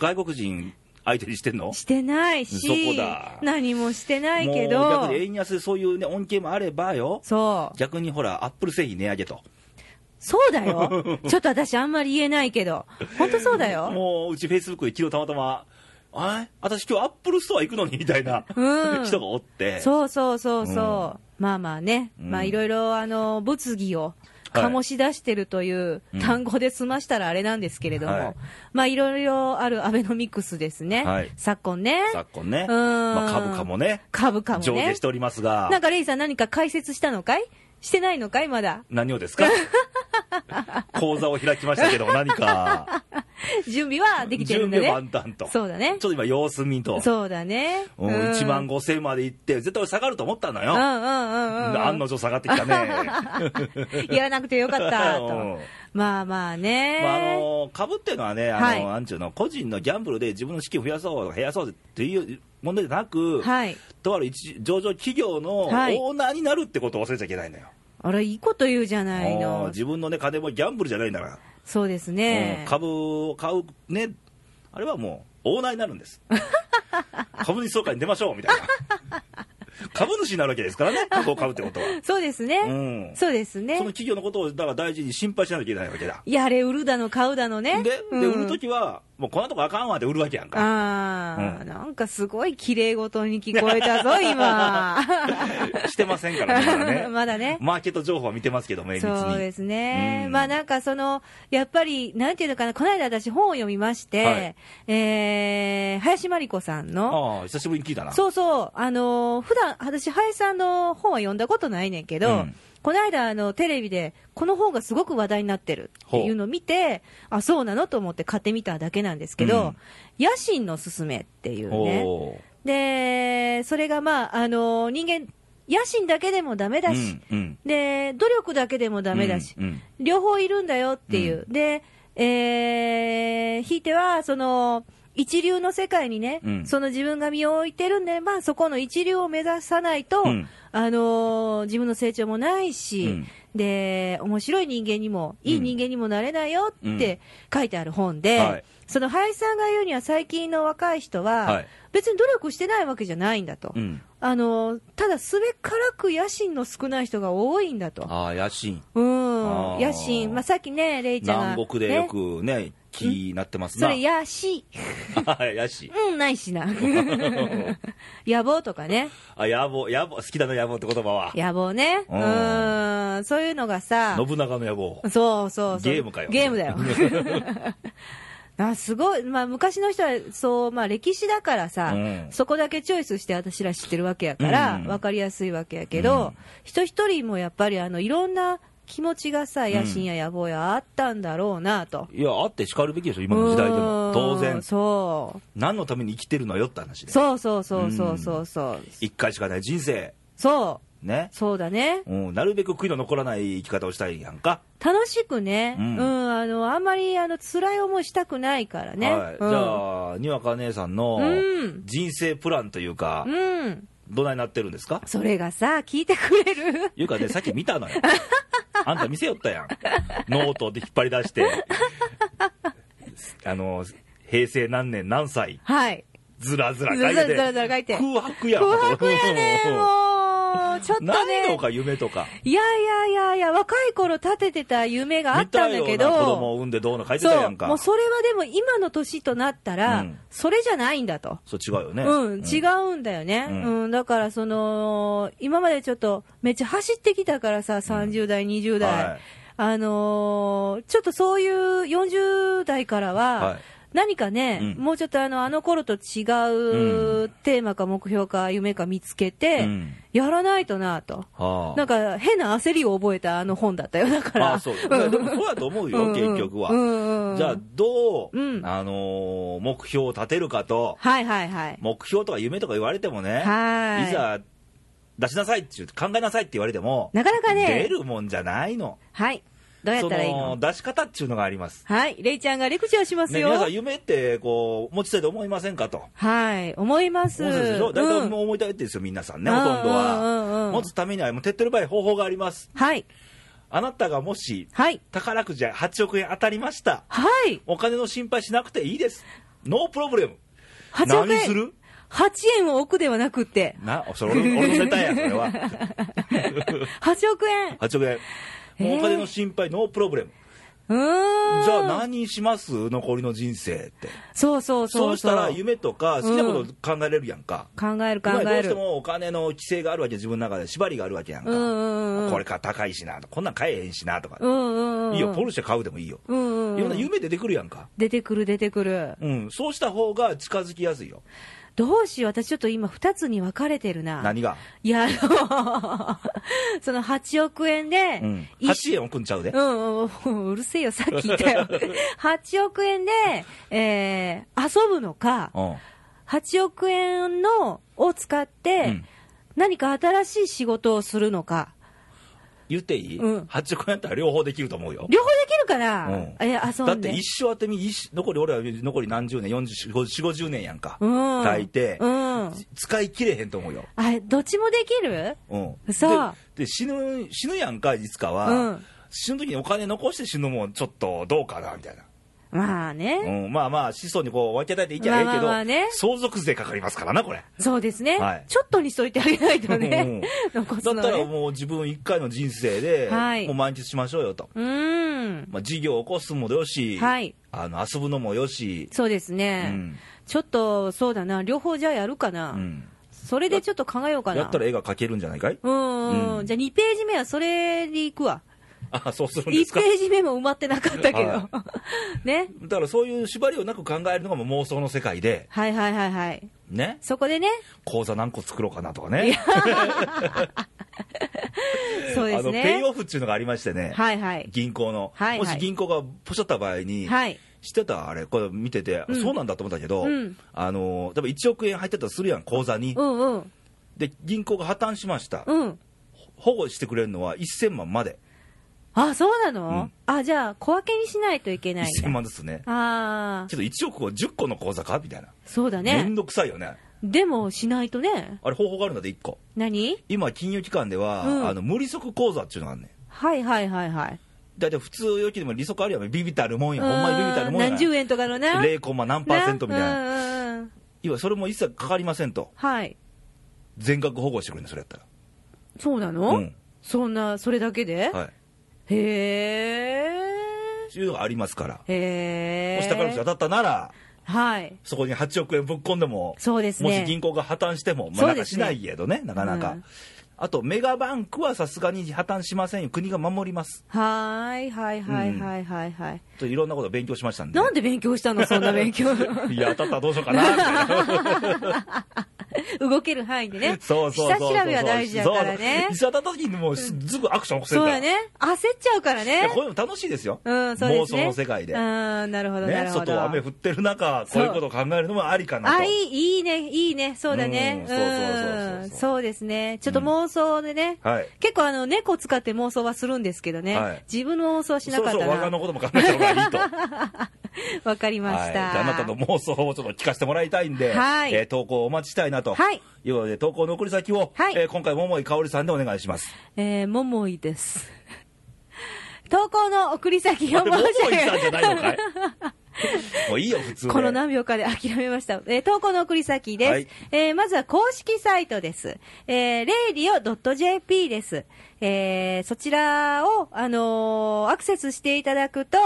Speaker 1: 外国人相手にしてんの
Speaker 2: してない
Speaker 1: そこ
Speaker 2: し
Speaker 1: だ、
Speaker 2: 何もしてないけ
Speaker 1: もう
Speaker 2: ど
Speaker 1: 逆、に円安でそういう、ね、恩恵もあればよ、
Speaker 2: そう、
Speaker 1: 逆にほら、アップル製品値上げと、
Speaker 2: そうだ
Speaker 1: *laughs*
Speaker 2: よ、ちょっと私、あんまり言えないけど、本当そうだよ。
Speaker 1: もううち、フェイスブックで昨日たまたま、あれ私、今日アップルストア行くのにみたいな、
Speaker 2: うん
Speaker 1: 人がおって、
Speaker 2: そうそうそうそう、まあまあね、
Speaker 1: うん
Speaker 2: まあいろいろあの物議を
Speaker 1: はい
Speaker 2: 醸し出してるという
Speaker 1: うん
Speaker 2: 単語で済ましたらあれなんですけれども、
Speaker 1: はい
Speaker 2: まあいろいろあるアベノミクスですね、
Speaker 1: はい
Speaker 2: 昨今ね、
Speaker 1: 昨今ね、
Speaker 2: うん
Speaker 1: まあ、株価もね、
Speaker 2: 株価も
Speaker 1: 上下
Speaker 2: ね
Speaker 1: し。ておりますが、
Speaker 2: なんかレイさん、何か解説したのかいしてないのかいまだ。
Speaker 1: 何をです
Speaker 2: *laughs*
Speaker 1: か講座を開きましたけど、何か、
Speaker 2: 準備は *laughs* できて
Speaker 1: 準
Speaker 2: るんだ
Speaker 1: 備
Speaker 2: ね。
Speaker 1: 万端と、ちょ
Speaker 2: そうだね
Speaker 1: っ。と今、様子見と、
Speaker 2: そうだね。
Speaker 1: うん1万5000まで行って、絶対俺下がると思ったの
Speaker 2: うんう
Speaker 1: よ、
Speaker 2: んうんうんうん。
Speaker 1: 案の定下がってき
Speaker 2: *laughs*
Speaker 1: たね。
Speaker 2: やらなくてよかった
Speaker 1: *laughs* う
Speaker 2: と
Speaker 1: ん。
Speaker 2: まあまあね。
Speaker 1: まあ、あの株っていうのはね、あの
Speaker 2: はい
Speaker 1: なんちゅうの、個人のギャンブルで自分の資金を増やそう、減らそうっていう問題じゃなく、
Speaker 2: はい。
Speaker 1: とある一上場企業のオ
Speaker 2: はい
Speaker 1: ーナーになるってことを忘れちゃいけないのよ、
Speaker 2: あら、いいこと言うじゃない
Speaker 1: うん
Speaker 2: の。
Speaker 1: 自分の、ね、金もギャンブルじゃないんだから、
Speaker 2: そうです
Speaker 1: う
Speaker 2: ね
Speaker 1: ん。株を買う、ね、あれはもうオーナーになるん
Speaker 2: *laughs*
Speaker 1: です、株主総会に出ましょうみたいな、株主になるわけですからね、株を買うってことは。
Speaker 2: そうですね。
Speaker 1: うん
Speaker 2: そうです
Speaker 1: その
Speaker 2: ね。
Speaker 1: 企業のことをだから大事に心配しなきゃいけないわけだ。
Speaker 2: やれ、売るだの、買うだのね。
Speaker 1: で、で
Speaker 2: うん
Speaker 1: 売るときは、もうこんなとこあかんわって売るわけやんか。
Speaker 2: ああ、
Speaker 1: うん
Speaker 2: なんかすごい綺麗事に聞こえたぞ、今。
Speaker 1: してません *laughs*
Speaker 2: *laughs*
Speaker 1: からねまだね、
Speaker 2: まだね。
Speaker 1: マーケット情報は見てますけども、密に。
Speaker 2: そうですね、
Speaker 1: うん
Speaker 2: まあなんかその、やっぱり、なんていうのかな、この間私、本を読みまして、
Speaker 1: はい
Speaker 2: えー林真理子さんの、
Speaker 1: ああ、久しぶりに聞いたな。
Speaker 2: そうそう、あのー普段私、林さんの本は読んだことないねんけど、
Speaker 1: うん
Speaker 2: この間あの、テレビで、この本がすごく話題になってるっていうのを見て、あそうなのと思って買ってみただけなんですけど、野心のすすめっていうね。
Speaker 1: おー
Speaker 2: で、それがまあ、あのー人間、野心だけでもダメだし、
Speaker 1: うんうん
Speaker 2: で、努力だけでもダメだし、
Speaker 1: うんうん
Speaker 2: 両方いるんだよっていう。で、えー、ひいては、その、一流の世界にね、
Speaker 1: うん
Speaker 2: その自分が身を置いてるんで、まあそこの一流を目指さないと、
Speaker 1: うん
Speaker 2: あのー自分の成長もないし、
Speaker 1: うん
Speaker 2: で、面白い人間にも、いい人間にもなれないよって書いてある本で、
Speaker 1: はい
Speaker 2: その林さんが言うには最近の若い人は、
Speaker 1: はい
Speaker 2: 別に努力してないわけじゃないんだと。
Speaker 1: うん
Speaker 2: あのーただすべからく野心の少ない人が多いんだと。
Speaker 1: ああ、野心。
Speaker 2: うん
Speaker 1: あ、ー
Speaker 2: 野心、まあ、さっきね、レイちゃんが、ね、
Speaker 1: 南国でよくね、気になってます
Speaker 2: そ
Speaker 1: な。 *laughs*
Speaker 2: れ、野心、
Speaker 1: はい野
Speaker 2: *laughs*
Speaker 1: 心。
Speaker 2: うん、ないしな、 *laughs* 野望とかね、
Speaker 1: あ、野望、野望、好きだな、野望って言葉は。
Speaker 2: 野望ね、
Speaker 1: う
Speaker 2: うん、そういうのがさ、
Speaker 1: 信長の野望。
Speaker 2: そうそうそう、
Speaker 1: ゲームかよ
Speaker 2: ゲームだよ。
Speaker 1: *laughs*
Speaker 2: あすごい、まあ、昔の人はそう、まあ、歴史だからさ、
Speaker 1: うん
Speaker 2: そこだけチョイスして私ら知ってるわけやから、
Speaker 1: うん
Speaker 2: 分かりやすいわけやけ
Speaker 1: う
Speaker 2: ど、
Speaker 1: ん
Speaker 2: 人一人もやっぱりあのいろんな気持ちがさ、野心や野望やあったんだろうなと。
Speaker 1: いや、あって叱るべきでしょ、今の時代で
Speaker 2: う
Speaker 1: も。
Speaker 2: ん
Speaker 1: 当然。
Speaker 2: そう
Speaker 1: 何のために生きてるのよって話で。
Speaker 2: そうそうそうそうそうそう
Speaker 1: 一回しかない人生。
Speaker 2: そう
Speaker 1: ね。
Speaker 2: そうだね
Speaker 1: うん、なるべく悔いの残らない生き方をしたいやんか。
Speaker 2: 楽しくね、う
Speaker 1: うんん
Speaker 2: あのあんまりあの辛い思いしたくないからね、
Speaker 1: はい、じ
Speaker 2: うん、
Speaker 1: ゃあ、にわか姉さんの
Speaker 2: うん
Speaker 1: 人生プランというか、
Speaker 2: うん
Speaker 1: どないなってるんですか
Speaker 2: それがさ聞いてくれる *laughs*
Speaker 1: いうかね、さっき見たのよ。あんた見せよったやん。ノートで引っ張り出して、あの、平成何年何歳、
Speaker 2: はい
Speaker 1: ずらず
Speaker 2: ず
Speaker 1: ら書
Speaker 2: ら
Speaker 1: い
Speaker 2: ず
Speaker 1: て
Speaker 2: らずらずら書いて
Speaker 1: 空白やん。
Speaker 2: 空白やねもうちょっと
Speaker 1: ないの
Speaker 2: ね
Speaker 1: か、夢とか。
Speaker 2: いやいやいやいや若い頃立ててた夢があ
Speaker 1: 見
Speaker 2: った
Speaker 1: た
Speaker 2: んだ
Speaker 1: よ
Speaker 2: け
Speaker 1: う
Speaker 2: ど
Speaker 1: な子供を産んでどうの書いてた
Speaker 2: そ
Speaker 1: や
Speaker 2: うん
Speaker 1: か。
Speaker 2: もうそれはでも今の年となったら、
Speaker 1: うん
Speaker 2: それじゃないんだと
Speaker 1: そう違うよね。
Speaker 2: うん、違うんだよね、う
Speaker 1: うんん
Speaker 2: だからその、今までちょっと、めっちゃ走ってきたからさ、30代、20代、
Speaker 1: はい
Speaker 2: あのーちょっとそういう40代からは、
Speaker 1: はい
Speaker 2: 何かね、
Speaker 1: うん
Speaker 2: もうちょっとあのあの頃と違ううテーマか目標か夢か見つけて、
Speaker 1: うん
Speaker 2: やらないとなと、
Speaker 1: はあ
Speaker 2: なんか変な焦りを覚えたあの本だったよ、だから。
Speaker 1: ああそういやでもそうだと思うよ、
Speaker 2: ん
Speaker 1: 結局は、
Speaker 2: うんうん
Speaker 1: じゃあどう、
Speaker 2: うん
Speaker 1: あのー目標を立てるかと
Speaker 2: はいはいはい。
Speaker 1: 目標とか夢とか言われてもね
Speaker 2: はい
Speaker 1: ざ出しなさいって言う考えなさいって言われても
Speaker 2: なかなかね
Speaker 1: 出るもんじゃないの
Speaker 2: はい。どうやったらいい
Speaker 1: そ
Speaker 2: の
Speaker 1: の出し方っていうのがあります、
Speaker 2: はい。レイちゃんがレクチャーします
Speaker 1: ね、
Speaker 2: よ。
Speaker 1: 皆さん夢ってこう持ちたいと思いませんかと
Speaker 2: はい。思います。
Speaker 1: 思ってるでしょ大
Speaker 2: う
Speaker 1: 体
Speaker 2: ん
Speaker 1: もう思いたいってですよ皆さんね
Speaker 2: うん
Speaker 1: ほとんど
Speaker 2: うんうんう
Speaker 1: は
Speaker 2: ん
Speaker 1: 持つためにはもう手っ取り早い方法があります
Speaker 2: はい。
Speaker 1: あなたがもし
Speaker 2: はい。
Speaker 1: 宝くじで8億円当たりました
Speaker 2: はい。
Speaker 1: お金の心配しなくていいですノープロブレム
Speaker 2: 8億
Speaker 1: 何
Speaker 2: 円。
Speaker 1: する
Speaker 2: ?8 円を置くではなくって、
Speaker 1: *laughs* なそれ俺の俺の世帯
Speaker 2: *laughs*
Speaker 1: やそれは
Speaker 2: 8億円。
Speaker 1: 8億円もうお金の心配ノープロブレム
Speaker 2: うーん。
Speaker 1: じゃあ何します残りの人生って
Speaker 2: そうそう
Speaker 1: そ
Speaker 2: そうう
Speaker 1: したら
Speaker 2: そう。
Speaker 1: 夢とか好きなこと考えれるやんか、
Speaker 2: 考える考
Speaker 1: まあどう
Speaker 2: え
Speaker 1: して
Speaker 2: る。
Speaker 1: もお金の規制があるわけ自分の中で縛りがあるわけやんか、
Speaker 2: うんうんうん。
Speaker 1: これか高いしなこんなん買えへんしなとか、
Speaker 2: うんうんうん。
Speaker 1: いいよポルシェ買うでもいいよ、
Speaker 2: うんうんうん
Speaker 1: いろんな夢出てくるやんか、
Speaker 2: 出てくる出てくる。
Speaker 1: うん、そうした方が近づきやすいよ
Speaker 2: どうしよう。私ちょっと今2つに分かれてるな。
Speaker 1: 何が、
Speaker 2: いや、あの、 *laughs* その8億円で、
Speaker 1: うん、
Speaker 2: 一
Speaker 1: 8円送んちゃうで、
Speaker 2: うんうん、うるせえよ、さっき言
Speaker 1: *laughs*
Speaker 2: ったよ。8億円で、えー、遊ぶのか、
Speaker 1: うん
Speaker 2: 8億円のを使っ
Speaker 1: う
Speaker 2: て
Speaker 1: ん、
Speaker 2: 何か新しい仕事をするのか、
Speaker 1: 言っていい、
Speaker 2: うん
Speaker 1: 8億円やったら両方できると思うよ
Speaker 2: 両方できるかな、
Speaker 1: うん
Speaker 2: え遊んで。
Speaker 1: だって一生当てみ一生残り俺は残り何十年40 50 50年やんか、
Speaker 2: うん、
Speaker 1: 書いて、
Speaker 2: うん、
Speaker 1: 使い切れへんと思うよ
Speaker 2: あれ、どっちもできる
Speaker 1: うん、
Speaker 2: そう
Speaker 1: でで死ぬ死ぬやんかいつかは、
Speaker 2: うん
Speaker 1: 死ぬ時にお金残して死ぬもんちょっとどうかなみたいな、
Speaker 2: まあね、
Speaker 1: うん、まあまあ子孫にこう分け与えていきゃええけど、
Speaker 2: まあまあまあね
Speaker 1: 相続税かかりますからなこれ
Speaker 2: そうですね、
Speaker 1: はい
Speaker 2: ちょっとにしといてあげないとね、 *laughs* 残す
Speaker 1: だっ
Speaker 2: の
Speaker 1: たら
Speaker 2: ね。
Speaker 1: もう自分一回の人生で、
Speaker 2: はい
Speaker 1: もう満喫しましょうよと、
Speaker 2: うん、
Speaker 1: まあ、事業を起こすのもよし、
Speaker 2: はい
Speaker 1: あの遊ぶのもよし、
Speaker 2: そうです
Speaker 1: う
Speaker 2: ね、
Speaker 1: ん
Speaker 2: ちょっとそうだな、両方じゃあやるかな。
Speaker 1: うん
Speaker 2: それでちょっと考えようかな。
Speaker 1: やったら絵が描けるんじゃないかい *laughs*
Speaker 2: うんうん、
Speaker 1: う
Speaker 2: うんん、じゃあ2ページ目はそれに行くわ。
Speaker 1: あそうするんで
Speaker 2: 1
Speaker 1: すか
Speaker 2: ページ目も埋まってなかったけど。
Speaker 1: は
Speaker 2: *laughs* ね。
Speaker 1: だからそういう縛りをなく考えるのがもう妄想の世界で
Speaker 2: はいはいはいはい。
Speaker 1: ね
Speaker 2: そこでね、
Speaker 1: 口座何個作ろうかなとかね
Speaker 2: そうで
Speaker 1: あ
Speaker 2: す
Speaker 1: のペイ
Speaker 2: ね。
Speaker 1: オフっていうのがありましてね、
Speaker 2: はいはい。
Speaker 1: 銀行の、
Speaker 2: はい
Speaker 1: も
Speaker 2: はい
Speaker 1: し銀行がポシャった場合に、
Speaker 2: はい。
Speaker 1: 知ってたあれ、これ見てて、
Speaker 2: うん
Speaker 1: そうなんだと思ったけど、
Speaker 2: うん
Speaker 1: あの多分1億円入ってたとするやん、口座に、
Speaker 2: うんうん。
Speaker 1: で銀行が破綻しました、
Speaker 2: うん。
Speaker 1: 保護してくれるのは1000万まで、
Speaker 2: あ、そうなの、
Speaker 1: うん
Speaker 2: あ、じゃあ小分けにしないといけないん
Speaker 1: 1000
Speaker 2: だ。
Speaker 1: 万ですね、
Speaker 2: ああ
Speaker 1: ち、ょっと1億を10個の口座かみたいな、
Speaker 2: そうだ
Speaker 1: め
Speaker 2: ね
Speaker 1: ん。どくさいよね、
Speaker 2: でもしないとね。
Speaker 1: あれ、方法があるんだって、1個、
Speaker 2: 何
Speaker 1: 今、金融機関では、
Speaker 2: うん
Speaker 1: あの無利息口座っていうのがあるねん。
Speaker 2: はいはいはいはい。
Speaker 1: だいたい普通よりも利息あるやん、ビビたるもんやん、ほんまにビビたる
Speaker 2: うん
Speaker 1: もんやん。
Speaker 2: 何十円とかのね。
Speaker 1: 0コンマ何パーセントみたいな。
Speaker 2: な。うんうんうん。
Speaker 1: いわそれも一切かかりませんと、
Speaker 2: はい。
Speaker 1: 全額保護してくれるの、それやった
Speaker 2: そうな
Speaker 1: ら、
Speaker 2: の、
Speaker 1: うん
Speaker 2: そんな、それだけで、
Speaker 1: はい、
Speaker 2: へー。
Speaker 1: そういうのがありますから、
Speaker 2: へ
Speaker 1: も
Speaker 2: ー。
Speaker 1: し宝くじ当たったなら、
Speaker 2: はい。
Speaker 1: そこに8億円ぶっ込んでも、
Speaker 2: そうです
Speaker 1: もし
Speaker 2: ね。
Speaker 1: 銀行が破綻しても、まあ、
Speaker 2: そ
Speaker 1: な
Speaker 2: うん
Speaker 1: か
Speaker 2: です
Speaker 1: し
Speaker 2: ね
Speaker 1: ないけどね、なかなか。
Speaker 2: うん
Speaker 1: あと、メガバンクはさすがに破綻しませんよ、国が守ります
Speaker 2: はーい、はい、はい、はい、はい、はい。
Speaker 1: といろんなことを勉強しましたんで、
Speaker 2: なんで勉
Speaker 1: *laughs*
Speaker 2: 強したのそんな勉強。
Speaker 1: いや、当たったらどうしようかなみたいな、
Speaker 2: *laughs* 動ける範囲でね。
Speaker 1: そうそうそうそう、
Speaker 2: 下調べは大事だから
Speaker 1: そう
Speaker 2: ね
Speaker 1: そういざ当たった時にもうすすぐアクション起こせるか
Speaker 2: そう
Speaker 1: ら、
Speaker 2: やね。焦っちゃうから
Speaker 1: いや
Speaker 2: ね。
Speaker 1: こういうの楽しいですよ、
Speaker 2: うん、そうで
Speaker 1: 妄
Speaker 2: す
Speaker 1: 想
Speaker 2: ね。
Speaker 1: の世界で。
Speaker 2: うん、なるほど、な
Speaker 1: ね、
Speaker 2: るほど。
Speaker 1: 外雨降ってる中、こういうことを考えるのもありかなと。
Speaker 2: あ、いい、いいね、いいね、そうだね。
Speaker 1: うんそうそうそうそう
Speaker 2: うんそうですね。ちょっと妄想でね。
Speaker 1: はい。
Speaker 2: 結構あの、猫使って妄想はするんですけどね。
Speaker 1: はい
Speaker 2: 自分の妄想はしな
Speaker 1: そろ
Speaker 2: かっ
Speaker 1: そ
Speaker 2: た
Speaker 1: ろ
Speaker 2: な。
Speaker 1: 我がのことも考えた方がい
Speaker 2: *laughs*
Speaker 1: いと。
Speaker 2: わかりま
Speaker 1: はい
Speaker 2: し
Speaker 1: じ
Speaker 2: た。
Speaker 1: ゃああなたの妄想をちょっと聞かせてもらいたいんで、
Speaker 2: はい
Speaker 1: えー投稿をお待ちしたいなと。
Speaker 2: はい。
Speaker 1: いうことで、投稿の送り先を、
Speaker 2: はい
Speaker 1: えー今回、桃井かおりさんでお願いします。
Speaker 2: えー、ももいです。 *laughs* 投稿の送り先を
Speaker 1: あれ
Speaker 2: 申
Speaker 1: 桃井
Speaker 2: し上
Speaker 1: さんじ
Speaker 2: げ
Speaker 1: ゃないのかい *laughs* もういいよ、普通で。
Speaker 2: この何秒かで諦めました。えー投稿の送り先です。
Speaker 1: はい
Speaker 2: えーまずは公式サイトです。えー、radio.jp です。えーそちらを、あのーアクセスしていただくと、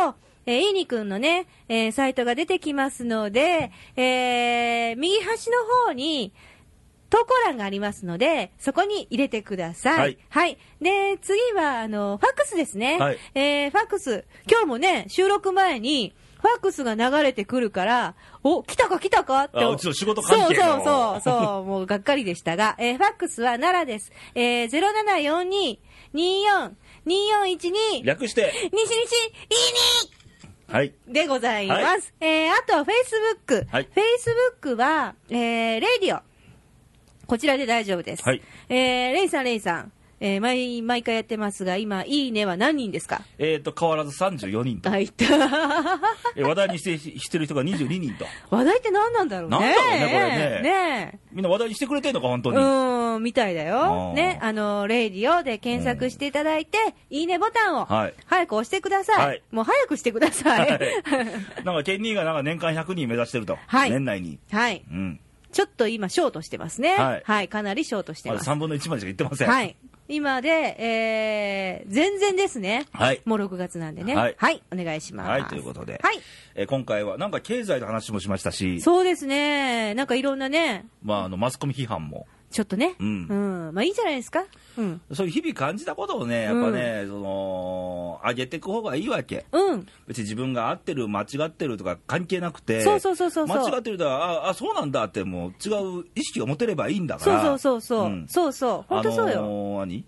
Speaker 2: えー、いいにくんのね、えーサイトが出てきますので、えー右端の方に、投稿欄がありますので、そこに入れてください。
Speaker 1: は
Speaker 2: はいい。で、次は、あの、ファックスですね。
Speaker 1: はい
Speaker 2: えーファックス。今日もね、収録前に、ファックスが流れてくるから、お、来たか来たかって。
Speaker 1: あうちの仕事関係の
Speaker 2: そうそうそう、そう、もうがっかりでしたが、えーファックスは奈良です。えー、0742-24-2412、
Speaker 1: 略して、
Speaker 2: 西西、いいに
Speaker 1: はい。
Speaker 2: でございます。えーあとは Facebook。
Speaker 1: はい
Speaker 2: Facebook は、えー、レディオ。こちらで大丈夫です。
Speaker 1: はい
Speaker 2: えーレイさん、レイさん。えー毎、毎回やってますが、今、いいねは何人ですか
Speaker 1: えー、と変わらず34人と、
Speaker 2: あ、い *laughs* た。
Speaker 1: え話題にしてしてる人が22人と、
Speaker 2: 話題って何なんだろう
Speaker 1: な
Speaker 2: ね。
Speaker 1: んだろうねこれね
Speaker 2: ねえ
Speaker 1: みんな話題にしてくれてんのか、本当に。
Speaker 2: うん、みたいだよ。
Speaker 1: うん
Speaker 2: ね、あの、レイディオで検索していただいて、いいねボタンを、
Speaker 1: はい
Speaker 2: 早く押してください。
Speaker 1: はい
Speaker 2: もう早くしてください。
Speaker 1: はいなんか、ケンニーがなんか年間100人目指してると、
Speaker 2: はい
Speaker 1: 年内に。
Speaker 2: *laughs* はい。
Speaker 1: うん。
Speaker 2: ちょっと今、ショートしてますね。
Speaker 1: はい
Speaker 2: かなりショートして
Speaker 1: ま
Speaker 2: ま
Speaker 1: だ
Speaker 2: す。
Speaker 1: 3分の1までしか言ってません。
Speaker 2: は。い。今で、えー、全然ですね。
Speaker 1: はい。
Speaker 2: もう6月なんでね。は
Speaker 1: はいい。
Speaker 2: お願いします。
Speaker 1: はい、ということで、
Speaker 2: はい。
Speaker 1: えー今回はなんか経済の話もしましたし、
Speaker 2: そうですね。なんかいろんなね、
Speaker 1: まあ、あのマスコミ批判も、
Speaker 2: ちょっとね。う
Speaker 1: うんん。
Speaker 2: まあいいんじゃないですか。うん。
Speaker 1: そういう日々感じたことをね、やっぱね、その上げていく方がいいわけ。
Speaker 2: うん。
Speaker 1: 別に自分が合ってる、間違ってるとか関係なくて、
Speaker 2: そうそうそうそうそう
Speaker 1: 間違ってるとは、ああ、そうなんだって、もう違う意識を持てればいいんだか
Speaker 2: そう
Speaker 1: ら、
Speaker 2: そうそうそう。
Speaker 1: ん
Speaker 2: そうそう。本当そうよ。
Speaker 1: あのー何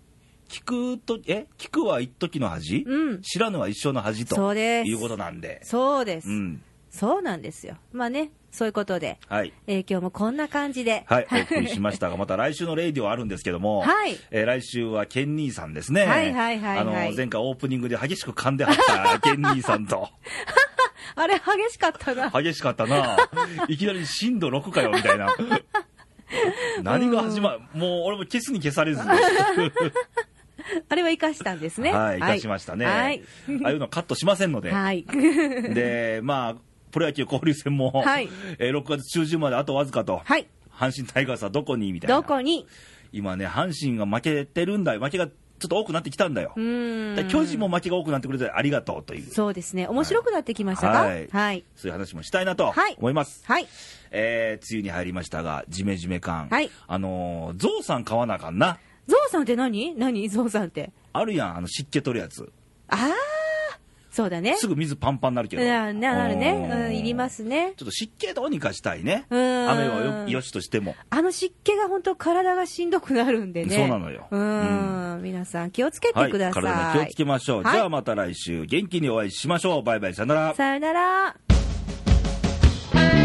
Speaker 1: 聞くと、え聞くは一時の恥、
Speaker 2: うん
Speaker 1: 知らぬは一生の恥と
Speaker 2: そうです
Speaker 1: いうことなんで、
Speaker 2: そうです、
Speaker 1: うん、
Speaker 2: そうなんですよ。まあね、そういうことで、
Speaker 1: はい。
Speaker 2: えー今日もこんな感じで。 *laughs*
Speaker 1: はい、お送りしましたが、また来週のレイディオあるんですけども、
Speaker 2: はい
Speaker 1: えー来週はケン兄さんですね、
Speaker 2: はいはいはいはい
Speaker 1: あのー前回オープニングで激しく噛んではったケン兄さん
Speaker 2: *laughs*
Speaker 1: と、
Speaker 2: あれ、激しかったな。
Speaker 1: 激しかったな、いきなり震度6かよみたい
Speaker 2: *laughs*
Speaker 1: な、何が始まる、もう俺も消すに消されず、
Speaker 2: あれは生かしたんです *laughs* ね。
Speaker 1: はい、いたしましたね、
Speaker 2: はい。
Speaker 1: ああいうのカットしません
Speaker 2: *laughs*
Speaker 1: ので、
Speaker 2: はい。
Speaker 1: で、まあ、プロ野球交流戦も、
Speaker 2: はい
Speaker 1: えー6月中旬まであとわずかと、
Speaker 2: はい。
Speaker 1: 阪神タイガースはどこにみたいな。
Speaker 2: どこに
Speaker 1: 今ね、阪神が負けてるんだよ、負けがちょっと多くなってきたんだよ、
Speaker 2: うーん
Speaker 1: だから巨人も負けが多くなってくれてありがとうという、
Speaker 2: そうですね。面白くなってきましたかは
Speaker 1: はいい。
Speaker 2: はい。
Speaker 1: そういう話もしたいなと
Speaker 2: はい
Speaker 1: 思います。
Speaker 2: はい。
Speaker 1: えー、梅雨に入りましたが、ジメジメ感、
Speaker 2: はい
Speaker 1: あのー、ゾウさん買わなあかんな、
Speaker 2: ゾウさんって何何ゾウさんって。
Speaker 1: あるやん、あの湿気取るやつ、
Speaker 2: ああそうだね。
Speaker 1: すぐ水パンパンになるけど、
Speaker 2: ななるね。
Speaker 1: うん
Speaker 2: うん、いりますね。
Speaker 1: ちょっと湿気どうにかしたいね、
Speaker 2: うん
Speaker 1: 雨はよよしとしても、
Speaker 2: あの湿気が本当体がしんどくなるんでね。
Speaker 1: そうなのよ
Speaker 2: うーん。皆さん気をつけてください。
Speaker 1: 体に気をつけましょう、
Speaker 2: はい
Speaker 1: じゃあまた来週、元気にお会いしましょう、バイバイ、さよなら。
Speaker 2: さよなら。
Speaker 3: 「